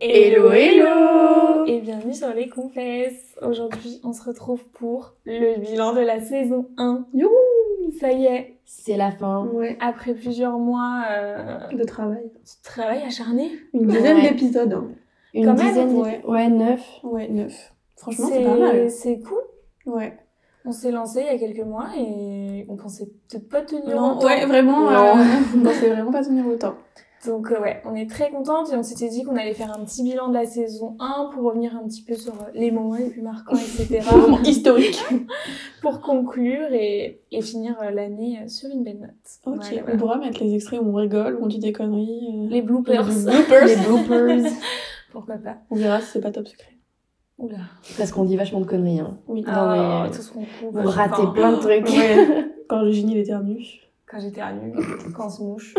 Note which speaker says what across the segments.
Speaker 1: Hello, hello
Speaker 2: Et bienvenue sur les confesses. Aujourd'hui, on se retrouve pour le bilan de la saison 1. Youhou Ça y est,
Speaker 1: C'est la fin.
Speaker 3: Ouais,
Speaker 2: après plusieurs mois euh,
Speaker 3: de travail.
Speaker 2: de travail acharné,
Speaker 3: Une dizaine
Speaker 1: Ouais.
Speaker 3: d'épisodes. hein.
Speaker 1: Une
Speaker 2: Quand même,
Speaker 1: dizaine
Speaker 3: ouais.
Speaker 1: de... Ouais, neuf.
Speaker 3: Ouais, neuf. Franchement, c'est pas mal.
Speaker 2: C'est cool.
Speaker 3: Ouais.
Speaker 2: On s'est lancé il y a quelques mois et on pensait peut-être pas tenir
Speaker 3: Non,
Speaker 2: autant.
Speaker 3: ouais, vraiment,
Speaker 1: Non.
Speaker 3: euh, on pensait vraiment pas tenir autant.
Speaker 2: Donc euh, ouais, on est très contente et on s'était dit qu'on allait faire un petit bilan de la saison 1 pour revenir un petit peu sur euh, les moments les plus marquants, etc.
Speaker 3: Moment historique.
Speaker 2: pour conclure et, et finir euh, l'année euh, sur une belle note.
Speaker 3: Ok,
Speaker 2: Voilà,
Speaker 3: on
Speaker 2: voilà.
Speaker 3: pourra mettre les extraits où on rigole, où on dit des conneries. euh,
Speaker 2: Les bloopers.
Speaker 3: les bloopers.
Speaker 1: Les bloopers.
Speaker 2: Pourquoi pas
Speaker 3: on verra si c'est pas top secret.
Speaker 2: Oula.
Speaker 1: Parce qu'on dit vachement de conneries. Hein.
Speaker 3: Oui.
Speaker 1: Ah.
Speaker 2: Ah,
Speaker 1: mais,
Speaker 2: tout ce qu'on coupe.
Speaker 1: Vous ratez
Speaker 2: Enfin,
Speaker 1: plein de trucs.
Speaker 3: Ouais. Quand Virginie éternue,
Speaker 2: Quand j'éternue, quand on se mouche.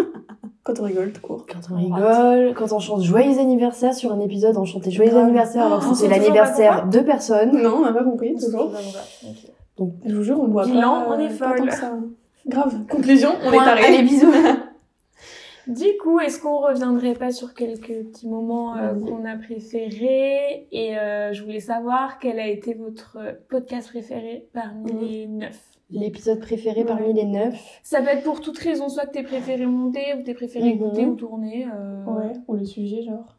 Speaker 3: quand on rigole, tout court.
Speaker 1: Quand on rigole, quand on chante Joyeux anniversaire sur un épisode, on chantait Joyeux
Speaker 3: Grave.
Speaker 1: anniversaire alors
Speaker 2: Oh,
Speaker 1: que c'était
Speaker 2: on sait toujours pas
Speaker 1: l'anniversaire de personne.
Speaker 3: Non, on n'a pas compris,
Speaker 2: On se
Speaker 3: toujours.
Speaker 2: trouve, voilà, ok.
Speaker 3: Je vous jure, on boit
Speaker 2: Bilan,
Speaker 3: pas.
Speaker 2: on est
Speaker 3: pas
Speaker 2: folle.
Speaker 3: tant que ça, hein. Grave. Conclusion, on
Speaker 1: Point.
Speaker 3: est tarés.
Speaker 1: Allez, bisous.
Speaker 2: Du coup, est-ce qu'on reviendrait pas sur quelques petits moments euh,
Speaker 3: Vas-y.
Speaker 2: qu'on a préférés Et euh, je voulais savoir quel a été votre euh, podcast préféré parmi
Speaker 3: Mhm.
Speaker 2: les neuf.
Speaker 1: L'épisode préféré parmi les neuf.
Speaker 2: Ça peut être pour toute raison, soit que t'es préféré monter, ou t'es préféré
Speaker 1: Mhm.
Speaker 2: écouter ou tourner. euh,
Speaker 3: Ouais, ou le sujet, genre.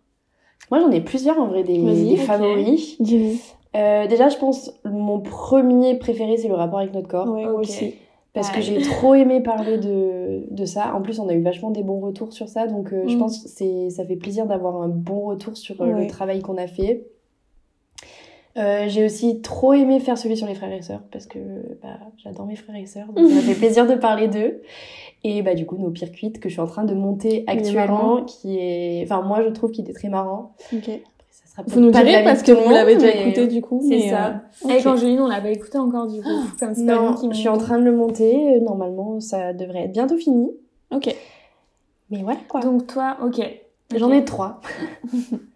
Speaker 1: Moi, j'en ai plusieurs en vrai des,
Speaker 3: Vas-y,
Speaker 1: des
Speaker 2: ok.
Speaker 1: favoris.
Speaker 3: Jimmy.
Speaker 1: Euh, déjà, je pense mon premier préféré, c'est le rapport avec notre corps.
Speaker 3: Ouais, moi
Speaker 2: Ok.
Speaker 3: aussi.
Speaker 1: Parce que
Speaker 2: Ouais.
Speaker 1: j'ai trop aimé parler de, de ça. En plus, on a eu vachement des bons retours sur ça. Donc, euh, je
Speaker 3: Mm.
Speaker 1: pense que c'est- ça fait plaisir d'avoir un bon retour sur euh, le
Speaker 3: Ouais.
Speaker 1: travail qu'on a fait. Euh, j'ai aussi trop aimé faire celui sur les frères et sœurs parce que bah, j'adore mes frères et sœurs. Donc ça m'a fait plaisir de parler d'eux. Et bah, du coup, nos pires cuites que je suis en train de monter
Speaker 3: est
Speaker 1: actuellement. Qui est... Enfin, moi, je trouve qu'il est très marrant.
Speaker 3: Ok.
Speaker 1: Après, ça sera
Speaker 3: Vous nous
Speaker 1: peut-être pas de
Speaker 3: direz
Speaker 1: l'avis
Speaker 3: parce
Speaker 1: de
Speaker 3: que
Speaker 1: tout le
Speaker 3: vous l'avez
Speaker 1: monde,
Speaker 3: déjà
Speaker 1: mais-
Speaker 3: écouté du coup.
Speaker 2: C'est
Speaker 3: mais,
Speaker 2: ça.
Speaker 3: euh,
Speaker 2: Avec
Speaker 3: ok.
Speaker 2: Angéline, on l'a pas écouté encore du coup. Comme c'est pas nous
Speaker 1: Non,
Speaker 2: qui
Speaker 1: je suis en train de le monter. euh, Normalement, ça devrait être bientôt fini.
Speaker 3: Ok.
Speaker 1: Mais voilà quoi.
Speaker 2: Donc toi, ok.
Speaker 1: J'en ai trois.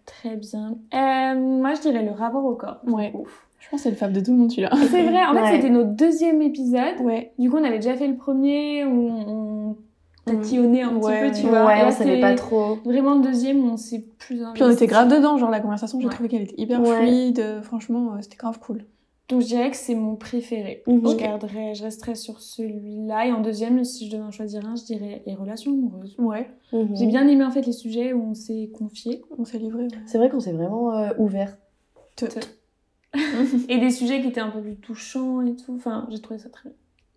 Speaker 2: Très bien. Euh, moi, je dirais le rapport au corps.
Speaker 3: Ouais. Je pense que c'est le fave de tout le monde celui-là.
Speaker 2: C'est vrai, en fait,
Speaker 1: Ouais.
Speaker 2: c'était notre deuxième épisode.
Speaker 3: Ouais.
Speaker 2: Du coup, on avait déjà fait le premier où on on
Speaker 3: Mm.
Speaker 2: tatillonnait un
Speaker 3: Ouais,
Speaker 2: petit peu, tu
Speaker 3: ouais.
Speaker 2: vois.
Speaker 1: ouais,
Speaker 2: Là,
Speaker 1: on savait
Speaker 2: c'est
Speaker 1: pas trop.
Speaker 2: Vraiment le deuxième où on s'est plus
Speaker 3: Puis on
Speaker 2: investi.
Speaker 3: était grave dedans, genre la conversation, j'ai
Speaker 2: Ouais.
Speaker 3: trouvé qu'elle était hyper
Speaker 1: Ouais.
Speaker 3: fluide. euh, Franchement, euh, c'était grave cool.
Speaker 2: Donc, je dirais que c'est mon préféré.
Speaker 3: Mm.
Speaker 1: Mhm.
Speaker 2: Je garderais, je resterais sur celui-là. Et en deuxième, si je devais en choisir un, je dirais les relations amoureuses.
Speaker 3: Ouais.
Speaker 1: Mhm.
Speaker 2: J'ai bien aimé en fait les sujets où on s'est confié
Speaker 3: On s'est livré. ouais.
Speaker 1: C'est vrai qu'on s'est vraiment euh, ouvert.
Speaker 3: Te-
Speaker 2: Te-
Speaker 3: te- Mm.
Speaker 2: et des sujets qui étaient un peu plus touchants et tout. Enfin, j'ai trouvé ça très bien.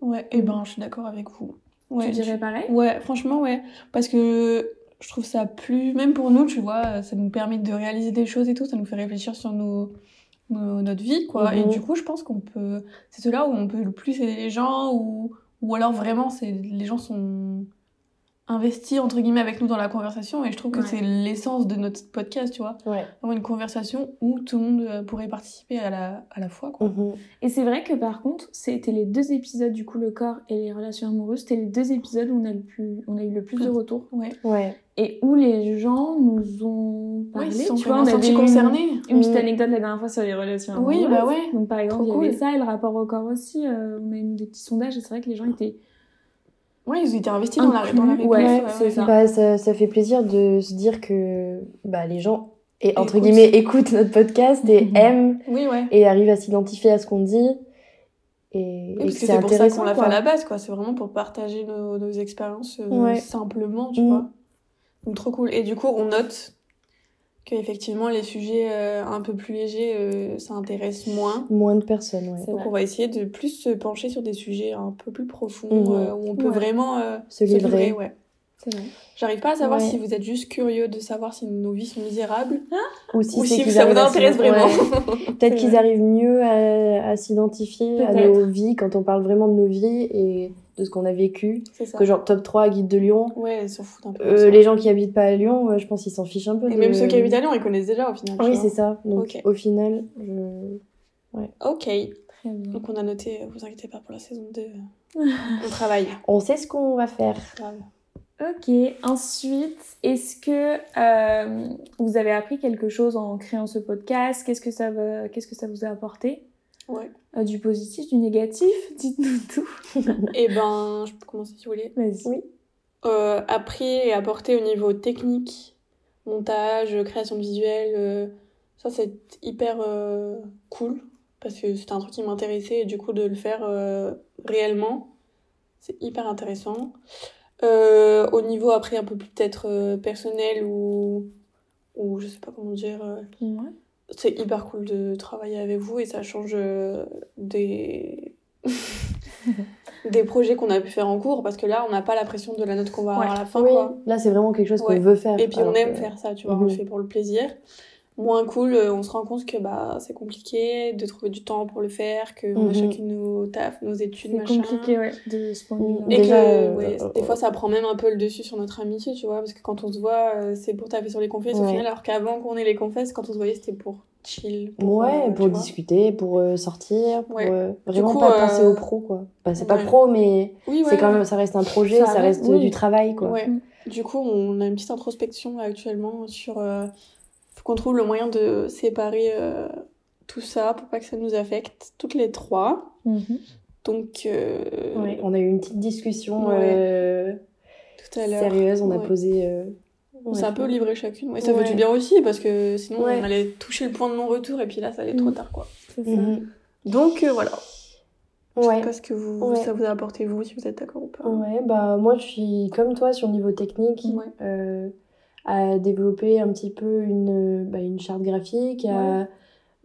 Speaker 3: Ouais. Et ben, je suis d'accord avec vous.
Speaker 2: Tu
Speaker 3: Ouais.
Speaker 2: dirais pareil
Speaker 3: Ouais, franchement, ouais. Parce que je trouve ça plus. Même pour nous, tu vois, euh, ça nous permet de réaliser des choses et tout. Ça nous fait réfléchir sur nos... nos- notre vie, quoi. Et
Speaker 1: Mhm.
Speaker 3: du coup, je pense qu'on peut. C'est cela où on peut le plus aider les gens ou, ou alors vraiment, c'est... les gens sont investis, entre guillemets, avec nous dans la conversation. Et je trouve que
Speaker 2: Ouais.
Speaker 3: c'est l'essence de notre podcast, tu vois.
Speaker 1: Ouais.
Speaker 3: Vraiment une conversation où tout le monde euh, pourrait participer à la, à la fois, quoi.
Speaker 1: Mhm.
Speaker 2: Et c'est vrai que par contre, c'était les deux épisodes, du coup, le corps et les relations amoureuses, c'était les deux épisodes où on a, le plus, on a eu le plus de
Speaker 3: Hum.
Speaker 2: retours
Speaker 3: Ouais.
Speaker 1: Ouais.
Speaker 2: et où les gens nous ont parlé.
Speaker 3: ouais, ils se sont
Speaker 2: tu vois, on
Speaker 3: vraiment sentis
Speaker 2: avait
Speaker 3: concernés. Hum.
Speaker 2: Une, une petite
Speaker 1: Mm.
Speaker 2: anecdote la dernière fois sur les relations amoureuses.
Speaker 3: Oui, bah ouais.
Speaker 2: Donc par exemple,
Speaker 3: Trop
Speaker 2: il y avait
Speaker 3: cool.
Speaker 2: ça et le rapport au corps aussi. euh, on a eu des petits sondages et c'est vrai que les gens étaient.
Speaker 3: Ouais, ils étaient investis dans la,
Speaker 2: Inclus,
Speaker 3: dans la réponse.
Speaker 2: ouais, c'est ça.
Speaker 1: Bah, ça, ça fait plaisir de se dire que bah, les gens, et, entre
Speaker 3: Écoute.
Speaker 1: guillemets, écoutent notre podcast et
Speaker 2: Mhm.
Speaker 1: aiment
Speaker 3: Oui, ouais.
Speaker 1: et arrivent à s'identifier à ce qu'on dit. Et,
Speaker 3: Oui,
Speaker 1: et
Speaker 3: parce que c'est pour ça qu'on l'a fait à la base, quoi. C'est vraiment pour partager nos, nos expériences euh,
Speaker 1: Ouais.
Speaker 3: simplement, tu
Speaker 1: Mm.
Speaker 3: vois. Donc, trop cool. Et du coup, on note qu'effectivement, les sujets euh, un peu plus légers, euh, ça intéresse moins.
Speaker 1: Moins de personnes, ouais.
Speaker 2: C'est
Speaker 3: Donc,
Speaker 2: vrai.
Speaker 3: on va essayer de plus se pencher sur des sujets un peu plus profonds,
Speaker 1: Mm.
Speaker 3: euh, où on peut
Speaker 2: Ouais.
Speaker 3: vraiment euh,
Speaker 1: Se livrer.
Speaker 3: ouais.
Speaker 2: C'est vrai.
Speaker 3: J'arrive pas à savoir
Speaker 1: Ouais.
Speaker 3: si vous êtes juste curieux de savoir si nos vies sont misérables
Speaker 1: Ou si,
Speaker 3: ou
Speaker 1: c'est
Speaker 3: si
Speaker 1: qu'ils
Speaker 3: ça
Speaker 1: arrivent
Speaker 3: vous
Speaker 1: à
Speaker 3: intéresse
Speaker 1: s'identifier-
Speaker 3: vraiment.
Speaker 1: Ouais. Peut-être qu'ils
Speaker 2: vrai.
Speaker 1: arrivent mieux à, à s'identifier à
Speaker 2: Peut-être.
Speaker 1: nos vies quand on parle vraiment de nos vies et de ce qu'on a vécu.
Speaker 3: c'est ça.
Speaker 1: Que genre top 3 guide de Lyon,
Speaker 3: Ouais, ils s'en foutent un peu.
Speaker 1: Euh, les gens qui habitent pas à Lyon, euh, je pense qu'ils s'en fichent un peu.
Speaker 3: Et
Speaker 1: de-
Speaker 3: même ceux qui habitent à Lyon, ils connaissent déjà au final. tu
Speaker 1: Oui,
Speaker 3: vois.
Speaker 1: c'est ça. Donc
Speaker 3: Ok.
Speaker 1: au final, je...
Speaker 3: Ok.
Speaker 2: Très bien.
Speaker 3: Donc on a noté, euh, vous inquiétez pas pour la saison 2. on travaille.
Speaker 1: on sait ce qu'on va faire.
Speaker 3: Grave.
Speaker 2: Ok, ensuite, est-ce que euh, vous avez appris quelque chose en créant ce podcast Qu'est-ce que ça va, qu'est-ce que ça vous a apporté
Speaker 3: Ouais.
Speaker 2: Euh, Du positif, du négatif Dites-nous tout.
Speaker 3: Et ben, je peux commencer si vous voulez.
Speaker 2: Vas-y.
Speaker 1: Oui.
Speaker 3: Euh, appris et apporté au niveau technique, montage, création visuelle. euh, ça, c'est hyper euh, cool parce que c'était un truc qui m'intéressait et du coup, de le faire euh, réellement, c'est hyper intéressant. Euh, au niveau après, un peu plus peut-être euh, personnel ou, ou je sais pas comment dire, euh,
Speaker 2: Ouais.
Speaker 3: c'est hyper cool de travailler avec vous et ça change euh, des des projets qu'on a pu faire en cours parce que là on n'a pas la pression de la note qu'on va avoir à la fin
Speaker 1: Oui,
Speaker 3: quoi.
Speaker 1: là c'est vraiment quelque chose
Speaker 3: Ouais.
Speaker 1: qu'on veut faire.
Speaker 3: Et puis on
Speaker 1: alors
Speaker 3: aime
Speaker 1: que-
Speaker 3: faire ça, tu vois, on le
Speaker 1: Mhm.
Speaker 3: fait pour le plaisir. Moins cool, euh, on se rend compte que bah c'est compliqué de trouver du temps pour le faire, que on a
Speaker 1: Mhm.
Speaker 3: chacune nos tafs, nos études,
Speaker 2: C'est
Speaker 3: machin.
Speaker 2: compliqué, ouais, de ce point de vue-là.
Speaker 3: Et
Speaker 1: Déjà,
Speaker 3: que,
Speaker 1: euh,
Speaker 3: ouais,
Speaker 1: euh,
Speaker 3: des
Speaker 1: euh,
Speaker 3: fois, ça prend même un peu le dessus sur notre amitié, tu vois, parce que quand on se voit, euh, c'est pour taper sur les confesses au
Speaker 1: Ouais.
Speaker 3: final, alors qu'avant qu'on ait les confesses, quand on se voyait, c'était pour chill.
Speaker 1: Ouais,
Speaker 3: euh,
Speaker 1: pour
Speaker 3: tu vois.
Speaker 1: discuter, pour euh, sortir, pour
Speaker 3: Ouais.
Speaker 1: euh, vraiment
Speaker 3: coup,
Speaker 1: pas
Speaker 3: euh,
Speaker 1: penser au pro quoi. Bah, c'est pas
Speaker 3: ouais.
Speaker 1: pro, mais
Speaker 3: Oui, ouais.
Speaker 1: c'est quand même, ça reste un projet,
Speaker 2: Ça
Speaker 1: ça,
Speaker 2: reste-
Speaker 1: reste euh,
Speaker 2: oui.
Speaker 1: du travail quoi.
Speaker 3: Ouais.
Speaker 2: Mm.
Speaker 3: Du coup, on a une petite introspection là, actuellement sur. euh, faut qu'on trouve le moyen de séparer euh, tout ça pour pas que ça nous affecte, toutes les trois.
Speaker 2: Mhm.
Speaker 3: Donc, euh,
Speaker 1: Ouais, On a eu une petite discussion
Speaker 3: Ouais.
Speaker 1: euh,
Speaker 3: tout à l'heure.
Speaker 1: sérieuse, on a
Speaker 3: Ouais.
Speaker 1: posé. euh,
Speaker 3: On
Speaker 1: a
Speaker 3: s'est un
Speaker 1: fait-
Speaker 3: peu livré chacune. Ouais, ça
Speaker 1: Ouais.
Speaker 3: fait du bien aussi, parce que sinon,
Speaker 1: Ouais.
Speaker 3: on allait toucher le point de non-retour et puis là, ça allait trop
Speaker 2: Mm.
Speaker 3: tard, quoi.
Speaker 2: C'est ça.
Speaker 1: Mhm.
Speaker 3: Donc, euh, voilà. Je
Speaker 1: Ouais.
Speaker 3: sais pas ce que vous,
Speaker 1: Ouais.
Speaker 3: ça vous a apporté, vous, si vous êtes d'accord ou pas.
Speaker 1: Ouais, bah moi je suis comme toi sur le niveau technique,
Speaker 3: Ouais.
Speaker 1: euh, à développer un petit peu une, bah, une charte graphique, à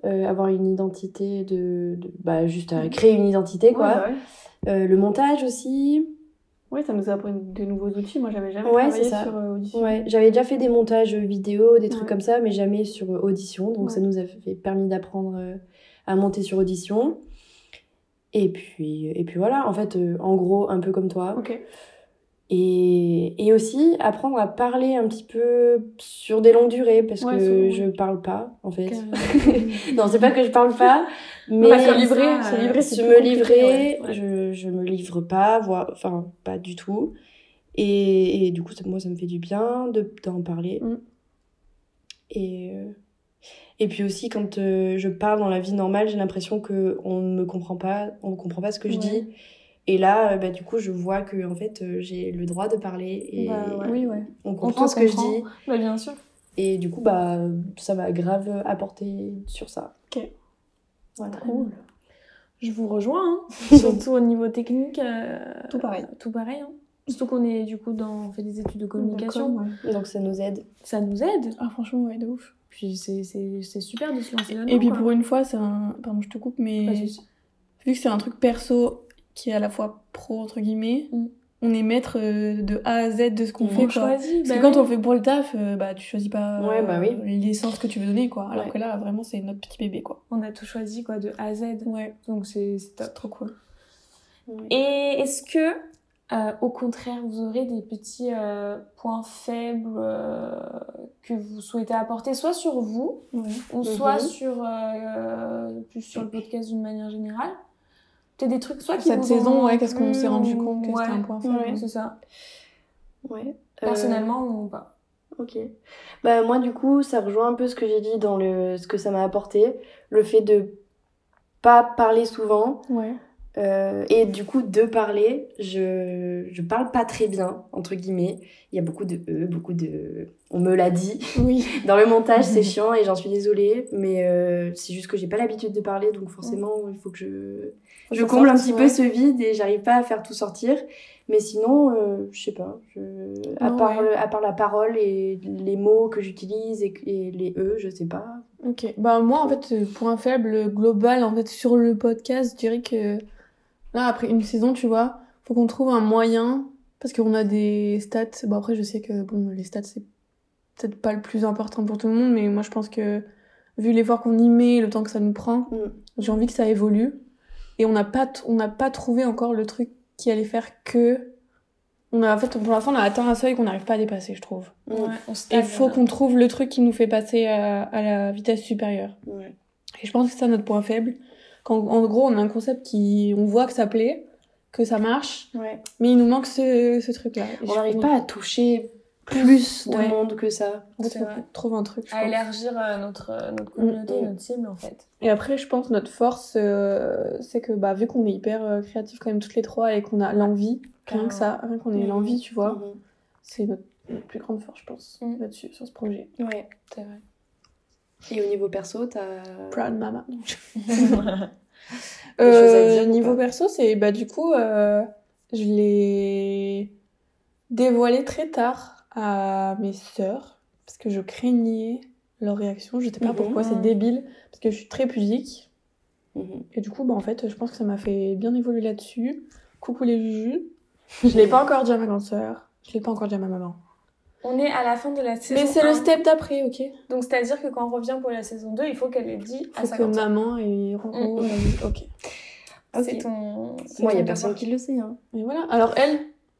Speaker 1: euh, avoir une identité de, de- bah, juste à créer une identité quoi.
Speaker 4: bah Ouais, ouais.
Speaker 1: Euh, le montage aussi.
Speaker 4: Ouais, ça nous a appris de nouveaux outils. Moi, j'avais jamais
Speaker 1: Ouais,
Speaker 4: travaillé
Speaker 1: c'est ça.
Speaker 4: sur euh, Audition.
Speaker 1: Ouais, j'avais déjà fait des montages vidéo, des trucs
Speaker 3: Ouais.
Speaker 1: comme ça, mais jamais sur euh, audition. Donc
Speaker 3: Ouais.
Speaker 1: ça nous a fait permis d'apprendre euh, à monter sur audition. Et puis, et puis voilà, en fait, euh, en gros, un peu comme toi.
Speaker 4: Ok.
Speaker 1: Et, et aussi apprendre à parler un petit peu sur des longues durées, parce
Speaker 4: Ouais,
Speaker 1: que
Speaker 4: souvent,
Speaker 1: je
Speaker 4: ouais.
Speaker 1: parle pas, en fait.
Speaker 4: Carrément.
Speaker 2: euh,
Speaker 1: non, c'est pas que je parle pas, mais
Speaker 4: Bah, se
Speaker 1: se
Speaker 4: livrer,
Speaker 1: livrer,
Speaker 4: se livrer, c'est
Speaker 1: me
Speaker 4: plus compliqué,
Speaker 1: livrer,
Speaker 4: ouais. Ouais.
Speaker 1: Je, je me livre pas, voi- enfin, pas du tout. Et, et du coup, ça- moi, ça me fait du bien de d'en parler.
Speaker 4: Mm.
Speaker 1: Et, euh, et puis aussi, quand euh, je parle dans la vie normale, j'ai l'impression que on ne me comprend pas, on ne comprend pas ce que je
Speaker 2: Ouais.
Speaker 1: dis. Et là, euh, bah, du coup, je vois que en fait, euh, j'ai le droit de parler et
Speaker 3: Bah, ouais.
Speaker 2: Oui, ouais.
Speaker 1: on
Speaker 4: On
Speaker 1: comprend
Speaker 4: te
Speaker 1: ce que je
Speaker 4: comprend.
Speaker 1: dis.
Speaker 4: Bah, bien sûr.
Speaker 1: Et du coup, bah, ça m'a grave apporté sur ça.
Speaker 4: Ok.
Speaker 1: Voilà.
Speaker 2: Je vous rejoins, hein. surtout au niveau technique. euh,
Speaker 4: Tout pareil.
Speaker 2: Tout pareil. hein. Surtout qu'on est du coup dans, on fait des études de communication.
Speaker 4: D'accord, ouais.
Speaker 1: Donc ça nous aide.
Speaker 2: Ça nous aide.
Speaker 3: Ah, franchement, ouais, de ouf.
Speaker 2: Puis c'est c'est- c'est super de se lancer là-dedans.
Speaker 3: Et puis
Speaker 2: quoi.
Speaker 3: pour une fois, c'est un. Pardon, je te coupe, mais.
Speaker 2: Pas de souci.
Speaker 3: Vu que c'est un truc perso qui est à la fois pro, entre guillemets,
Speaker 2: Mm.
Speaker 3: on est maître euh, de A à Z de ce qu'on
Speaker 1: On
Speaker 3: fait,
Speaker 2: on
Speaker 3: quoi.
Speaker 2: choisit.
Speaker 3: Parce que
Speaker 2: bah
Speaker 3: quand
Speaker 2: oui.
Speaker 3: on fait pour le taf, euh, bah, tu choisis pas euh,
Speaker 1: Ouais, bah oui.
Speaker 3: l'essence que tu veux donner, quoi. Alors
Speaker 1: Ouais.
Speaker 3: que là, vraiment, c'est notre petit bébé, quoi.
Speaker 2: on a tout choisi quoi, de A à Z.
Speaker 3: Ouais,
Speaker 2: Donc c'est c'est top.
Speaker 3: c'est trop cool.
Speaker 2: Et est-ce que, euh, au contraire, vous aurez des petits euh, points faibles euh, que vous souhaitez apporter, soit sur vous,
Speaker 3: Ouais.
Speaker 2: ou soit
Speaker 1: Mhm.
Speaker 2: sur, euh, plus sur le podcast d'une manière générale Peut-être des trucs, soit qui
Speaker 3: Cette
Speaker 2: vous
Speaker 3: saison,
Speaker 2: ont
Speaker 3: ouais, qu'est-ce qu'on
Speaker 2: plu,
Speaker 3: s'est rendu compte que
Speaker 2: ouais, Mm,
Speaker 3: c'était un point faible. Euh,
Speaker 1: Ouais.
Speaker 2: C'est ça.
Speaker 1: Ouais. Euh,
Speaker 2: Personnellement ou pas
Speaker 1: Ok. Bah moi du coup, ça rejoint un peu ce que j'ai dit dans le ce que ça m'a apporté, le fait de pas parler souvent
Speaker 3: Ouais.
Speaker 1: euh, et du coup de parler, je je parle pas très bien entre guillemets. Il y a beaucoup de e, beaucoup de on me l'a dit.
Speaker 3: Oui.
Speaker 1: Dans le montage, c'est chiant et j'en suis désolée, mais euh, c'est juste que j'ai pas l'habitude de parler donc forcément, il faut que je je
Speaker 3: Ça
Speaker 1: comble un
Speaker 3: sorte,
Speaker 1: petit
Speaker 3: ouais.
Speaker 1: peu ce vide et j'arrive pas à faire tout sortir. Mais sinon, euh, je sais pas. Je... À,
Speaker 3: Non,
Speaker 1: part, euh,
Speaker 3: ouais.
Speaker 1: à part la parole et les mots que j'utilise et, et les E, je sais pas.
Speaker 3: Ok. Bah, moi, en fait, euh, point faible global, en fait, sur le podcast, je dirais que là, après une saison, tu vois, faut qu'on trouve un moyen. Parce qu'on a des stats. Bon, après, je sais que, bon, les stats, c'est peut-être pas le plus important pour tout le monde, mais moi, je pense que, vu l'effort qu'on y met, le temps que ça nous prend,
Speaker 1: Mm.
Speaker 3: j'ai envie que ça évolue. Et on n'a pas, t- on n'a pas trouvé encore le truc qui allait faire que. On a, en fait, pour l'instant, on a atteint un seuil qu'on n'arrive pas à dépasser, je trouve.
Speaker 2: on euh,
Speaker 3: Il mm. faut qu'on trouve le truc qui nous fait passer à, à la vitesse supérieure.
Speaker 1: Ouais.
Speaker 3: Et je pense que c'est ça notre point faible. Quand, en gros, on a un concept qui. On voit que ça plaît, que ça marche,
Speaker 1: Ouais.
Speaker 3: mais il nous manque ce, ce truc-là. Et je-
Speaker 1: On n'arrive pas à toucher plus de
Speaker 3: Ouais.
Speaker 1: monde que ça.
Speaker 3: En fait,
Speaker 2: C'est
Speaker 3: faut
Speaker 2: vrai.
Speaker 3: qu'on trouve un truc, je
Speaker 2: à
Speaker 3: pense.
Speaker 2: élargir euh, notre, euh, notre communauté,
Speaker 1: Mm.
Speaker 2: notre cible en fait.
Speaker 3: Et après, je pense notre force, euh, c'est que bah, vu qu'on est hyper euh, créatifs quand même toutes les trois et qu'on a l'envie, rien que ça, rien qu'on ait
Speaker 1: Mhm.
Speaker 3: l'envie, tu vois,
Speaker 1: Mhm.
Speaker 3: c'est notre notre plus grande force, je pense,
Speaker 2: Mm.
Speaker 3: là-dessus, sur ce projet.
Speaker 1: Ouais.
Speaker 3: C'est vrai.
Speaker 1: Et au niveau perso, t'as.
Speaker 3: Proud Mama.
Speaker 1: Des choses à
Speaker 3: Euh,
Speaker 1: dire ou
Speaker 3: niveau
Speaker 1: pas
Speaker 3: perso, c'est bah du coup, euh, je l'ai dévoilé très tard à mes sœurs parce que je craignais leur réaction. Je sais pas
Speaker 1: Mhm.
Speaker 3: pourquoi, c'est débile parce que je suis très pudique
Speaker 1: Mhm.
Speaker 3: et du coup, bah en fait, je pense que ça m'a fait bien évoluer là-dessus. Coucou les jujus. Je l'ai pas encore dit à ma grande sœur. Je l'ai pas encore dit à ma maman.
Speaker 2: On est à la fin de la saison.
Speaker 3: Mais c'est le
Speaker 2: 1.
Speaker 3: step d'après, ok
Speaker 2: Donc c'est-à-dire que quand on revient pour la saison 2, il faut qu'elle ait dit à
Speaker 3: Faut
Speaker 2: sa
Speaker 3: que
Speaker 2: cantine.
Speaker 3: maman et
Speaker 1: Mm.
Speaker 3: Roro,
Speaker 2: Mhm.
Speaker 3: la- ok.
Speaker 2: Ah, C'est
Speaker 1: Ok.
Speaker 2: ton.
Speaker 1: Moi, il
Speaker 2: ton
Speaker 1: a personne
Speaker 2: devoir.
Speaker 1: qui le sait. Hein.
Speaker 3: Et voilà. Alors elle,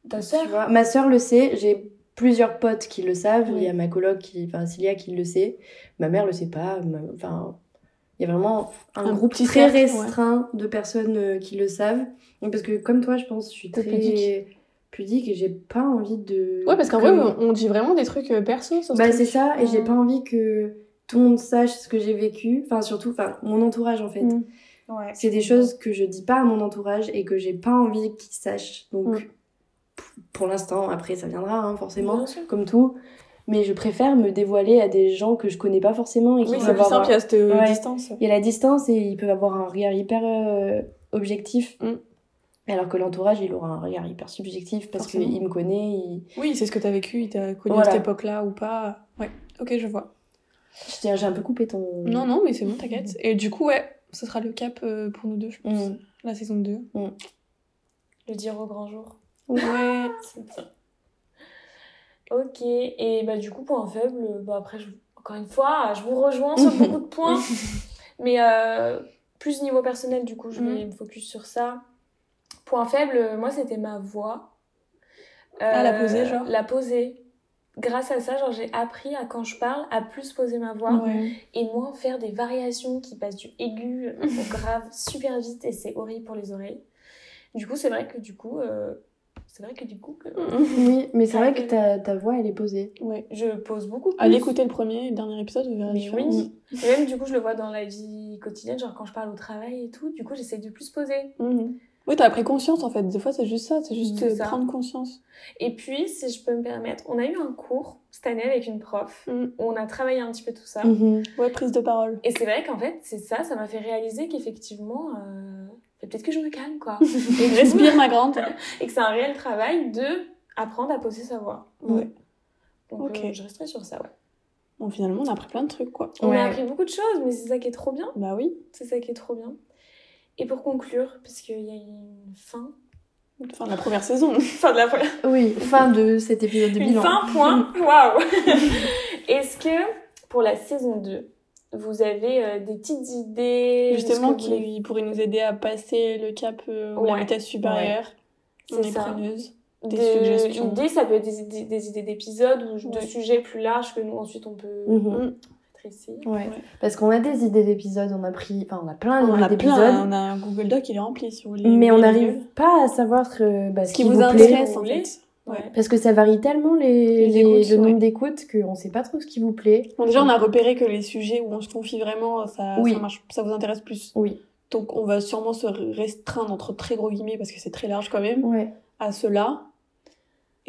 Speaker 2: Ta
Speaker 1: Tu
Speaker 2: sœur.
Speaker 1: vois, ma sœur le sait, j'ai plusieurs potes qui le savent, il
Speaker 3: Oui.
Speaker 1: y a ma coloc, qui... enfin Cilia qui le sait, ma mère le sait pas, ma- enfin. Il y a vraiment un,
Speaker 3: Un
Speaker 1: groupe
Speaker 3: petit
Speaker 1: très
Speaker 3: cercle, ouais.
Speaker 1: restreint de personnes euh, qui le savent. Donc, Parce que comme toi, je pense, je suis
Speaker 3: T'es
Speaker 1: très
Speaker 3: pudique.
Speaker 1: pudique, et j'ai pas envie de...
Speaker 3: ouais, parce qu'en
Speaker 1: que-
Speaker 3: vrai, on- on dit vraiment des trucs euh, perso sur ce
Speaker 1: Bah
Speaker 3: truc.
Speaker 1: c'est ça, et j'ai
Speaker 3: Mm.
Speaker 1: pas envie que tout le monde sache ce que j'ai vécu, enfin surtout, enfin mon entourage en fait.
Speaker 3: Mm.
Speaker 2: Ouais.
Speaker 1: C'est des choses que je dis pas à mon entourage et que j'ai pas envie qu'ils sachent. Donc
Speaker 3: Mm.
Speaker 1: p- pour l'instant, après ça viendra hein, forcément,
Speaker 2: Bien sûr.
Speaker 1: comme tout. Mais je préfère me dévoiler à des gens que je connais pas forcément et qui
Speaker 3: Oui,
Speaker 1: peuvent
Speaker 3: c'est plus
Speaker 1: avoir...
Speaker 3: simple, il y a cette euh,
Speaker 1: Ouais.
Speaker 3: distance.
Speaker 1: Il y a la distance et ils peuvent avoir un regard hyper euh, objectif.
Speaker 3: Mm.
Speaker 1: Alors que l'entourage, il aura un regard hyper subjectif parce
Speaker 3: Forcément.
Speaker 1: qu'il me connaît, il...
Speaker 3: Oui, c'est ce que t'as vécu, il t'a connu à
Speaker 1: Voilà.
Speaker 3: cette époque-là ou pas. Ouais, ok, je vois.
Speaker 1: Je tiens, J'ai un peu coupé ton...
Speaker 3: Non, non, mais c'est bon, t'inquiète. Et du coup, ouais, ce sera le cap euh, pour nous deux, je pense.
Speaker 1: Mm.
Speaker 3: La saison 2.
Speaker 2: Le dire au grand jour.
Speaker 3: Ouais.
Speaker 2: C'est bien. Ok. Et bah du coup point faible. Bah après je- encore une fois, je vous rejoins sur beaucoup de points, mais euh, plus niveau personnel du coup je vais me focus sur ça. Point faible, moi c'était ma voix.
Speaker 3: Ah, la
Speaker 2: Euh,
Speaker 3: poser, genre
Speaker 2: La poser. Grâce à ça, genre j'ai appris à quand je parle à plus poser ma voix.
Speaker 3: ouais.
Speaker 2: et moins faire des variations qui passent du aigu au grave super vite et c'est horrible pour les oreilles. Du coup, c'est vrai que du coup, euh, c'est vrai que du coup, euh, que
Speaker 1: Oui, mais
Speaker 3: Ah,
Speaker 1: c'est vrai
Speaker 3: euh,
Speaker 1: que ta, ta voix, elle est posée.
Speaker 3: ouais.
Speaker 2: je pose beaucoup plus.
Speaker 3: Allez écouter le premier et le dernier épisode, vous verrez la
Speaker 2: Mais
Speaker 3: différence.
Speaker 2: oui. Et même du coup, je le vois dans la vie quotidienne, genre quand je parle au travail et tout, du coup, j'essaie de plus poser.
Speaker 3: Mhm. Oui, t'as pris conscience en fait. Des fois, c'est juste ça, c'est juste
Speaker 2: C'est
Speaker 3: euh,
Speaker 2: ça.
Speaker 3: prendre conscience.
Speaker 2: Et puis, si je peux me permettre, on a eu un cours cette année avec une prof
Speaker 3: Mm.
Speaker 2: où on a travaillé un petit peu tout ça.
Speaker 3: ah.
Speaker 1: Mm-hmm.
Speaker 3: Ouais, prise de parole.
Speaker 2: Et c'est vrai qu'en fait, c'est ça, ça m'a fait réaliser qu'effectivement, euh, peut-être que je me calme quoi. Et que-
Speaker 3: Respire, ma grande.
Speaker 2: et que c'est un réel travail de apprendre à poser sa voix.
Speaker 3: Ouais.
Speaker 2: Donc
Speaker 3: Ok.
Speaker 2: euh, je resterai sur ça. Ouais.
Speaker 3: Bon, finalement, on a appris plein de trucs, quoi.
Speaker 2: On
Speaker 1: Ouais.
Speaker 2: a appris beaucoup de choses, mais c'est ça qui est trop bien.
Speaker 3: Bah oui.
Speaker 2: C'est ça qui est trop bien. Et pour conclure, parce qu'il y a une fin.
Speaker 3: Enfin, la première saison.
Speaker 2: Fin de la première.
Speaker 1: Oui, fin de cet épisode de
Speaker 2: Une
Speaker 1: bilan.
Speaker 2: fin, point. Waouh Est-ce que pour la saison 2, vous avez euh, des petites idées
Speaker 3: Justement,
Speaker 2: est-ce que vous-
Speaker 3: qui pourrait nous aider à passer le cap euh, ou la
Speaker 2: Ouais.
Speaker 3: vitesse supérieure. On
Speaker 2: C'est
Speaker 3: est
Speaker 2: ça.
Speaker 3: preneuse.
Speaker 2: des,
Speaker 3: des suggestions.
Speaker 2: idées, ça peut être des idées, des idées d'épisodes ou de
Speaker 3: Ouais.
Speaker 2: sujets plus larges que nous ensuite on peut
Speaker 1: Mhm.
Speaker 2: traiter.
Speaker 1: Ouais.
Speaker 3: Ouais.
Speaker 1: Parce qu'on a des idées d'épisodes, on a pris, enfin Ah, on a plein
Speaker 3: On a
Speaker 1: d'idées
Speaker 3: plein,
Speaker 1: d'épisodes,
Speaker 3: on a un Google Doc, il est rempli sur les.
Speaker 1: mais on
Speaker 3: les
Speaker 1: n'arrive
Speaker 3: lieux.
Speaker 1: pas à savoir euh, bah,
Speaker 3: Ce qui vous intéresse en
Speaker 2: plaît.
Speaker 3: fait.
Speaker 2: Ouais.
Speaker 1: Parce que ça varie tellement les,
Speaker 3: Les
Speaker 1: les-
Speaker 3: écoutes,
Speaker 1: le nombre
Speaker 3: ouais.
Speaker 1: d'écoutes qu'on sait pas trop ce qui vous plaît.
Speaker 3: Bon, déjà, on a repéré que les sujets où on se confie vraiment, ça,
Speaker 1: Oui.
Speaker 3: ça, marche, ça vous intéresse plus.
Speaker 1: Oui.
Speaker 3: Donc, on va sûrement se restreindre entre très gros guillemets, parce que c'est très large quand même,
Speaker 1: Ouais.
Speaker 3: à ceux-là.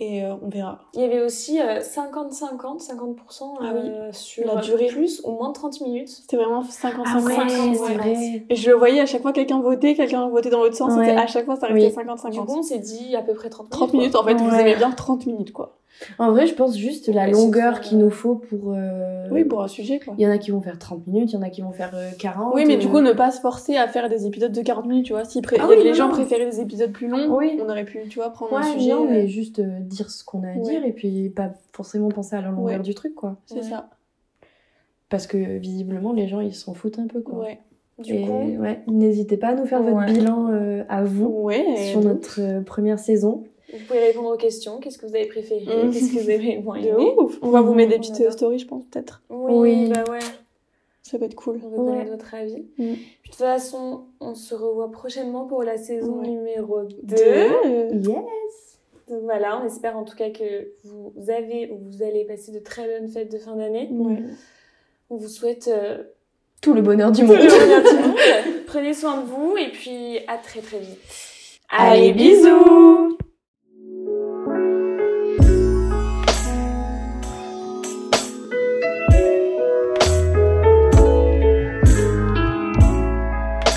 Speaker 3: Et euh, on verra.
Speaker 2: Il y avait aussi euh, 50-50, 50%
Speaker 3: Ah
Speaker 2: euh, sur
Speaker 3: La durée.
Speaker 2: plus ou moins de 30 minutes.
Speaker 3: C'était vraiment 50-50.
Speaker 1: Ah ouais,
Speaker 2: cinquante,
Speaker 1: c'est
Speaker 2: ouais.
Speaker 1: vrai.
Speaker 3: Et je le voyais à chaque fois, quelqu'un votait, quelqu'un votait dans l'autre sens.
Speaker 1: Ouais.
Speaker 3: c'était- À chaque fois, ça restait
Speaker 1: Oui.
Speaker 2: Du
Speaker 3: 50-50.
Speaker 2: coup, on s'est dit à peu près 30 minutes.
Speaker 3: 30 minutes, en fait, vous
Speaker 1: Ouais.
Speaker 3: aimez bien 30 minutes, quoi.
Speaker 1: En vrai, je pense juste la
Speaker 2: Ouais,
Speaker 1: longueur
Speaker 2: c'est ça.
Speaker 1: qu'il nous faut pour. euh,
Speaker 3: Oui, pour un sujet, quoi.
Speaker 1: Il y en a qui vont faire 30 minutes, il y en a qui vont faire euh, 40.
Speaker 3: Oui, mais
Speaker 1: euh,
Speaker 3: du coup, ne pas se forcer à faire des épisodes de 40 minutes, tu vois. Si pré-
Speaker 1: Ah oui,
Speaker 3: les
Speaker 1: non,
Speaker 3: gens
Speaker 1: non.
Speaker 3: préféraient des épisodes plus longs,
Speaker 1: Oui.
Speaker 3: on aurait pu, tu vois, prendre un
Speaker 1: Ouais,
Speaker 3: sujet.
Speaker 1: non,
Speaker 3: euh,
Speaker 1: mais juste euh, dire ce qu'on a à
Speaker 3: Ouais.
Speaker 1: dire et puis pas forcément penser à la longueur
Speaker 3: Ouais.
Speaker 1: du truc, quoi.
Speaker 3: C'est
Speaker 2: Ouais.
Speaker 3: ça.
Speaker 1: Parce que visiblement, les gens, ils s'en foutent un peu, quoi.
Speaker 3: Ouais.
Speaker 2: Du
Speaker 1: Et
Speaker 2: coup,
Speaker 1: ouais, n'hésitez pas à nous faire
Speaker 2: Ouais.
Speaker 1: votre bilan euh, à vous
Speaker 3: Ouais.
Speaker 1: sur notre euh, première saison.
Speaker 2: vous pouvez répondre aux questions. Qu'est-ce que vous avez préféré
Speaker 3: Mhm.
Speaker 2: Qu'est-ce que vous avez moins
Speaker 3: De
Speaker 2: aimé
Speaker 3: ouf. On va vous mettre des
Speaker 2: On
Speaker 3: petites euh,
Speaker 2: adore.
Speaker 3: stories, je pense, peut-être.
Speaker 2: oui,
Speaker 1: Oui.
Speaker 2: bah ouais.
Speaker 3: Ça peut être cool.
Speaker 2: On veut connaître
Speaker 1: Ouais.
Speaker 2: votre avis.
Speaker 3: Mhm.
Speaker 2: Puis, De toute façon, on se revoit prochainement pour la saison
Speaker 3: Ouais.
Speaker 2: numéro 2.
Speaker 3: Deux.
Speaker 1: Yeah
Speaker 2: Donc voilà, on espère en tout cas que vous avez ou vous allez passer de très bonnes fêtes de fin d'année.
Speaker 3: Ouais.
Speaker 2: On vous souhaite euh,
Speaker 1: Tout le bonheur du
Speaker 2: Tout
Speaker 1: monde
Speaker 2: le bonheur du monde. Prenez soin de vous et puis à très très vite.
Speaker 1: Allez, bisous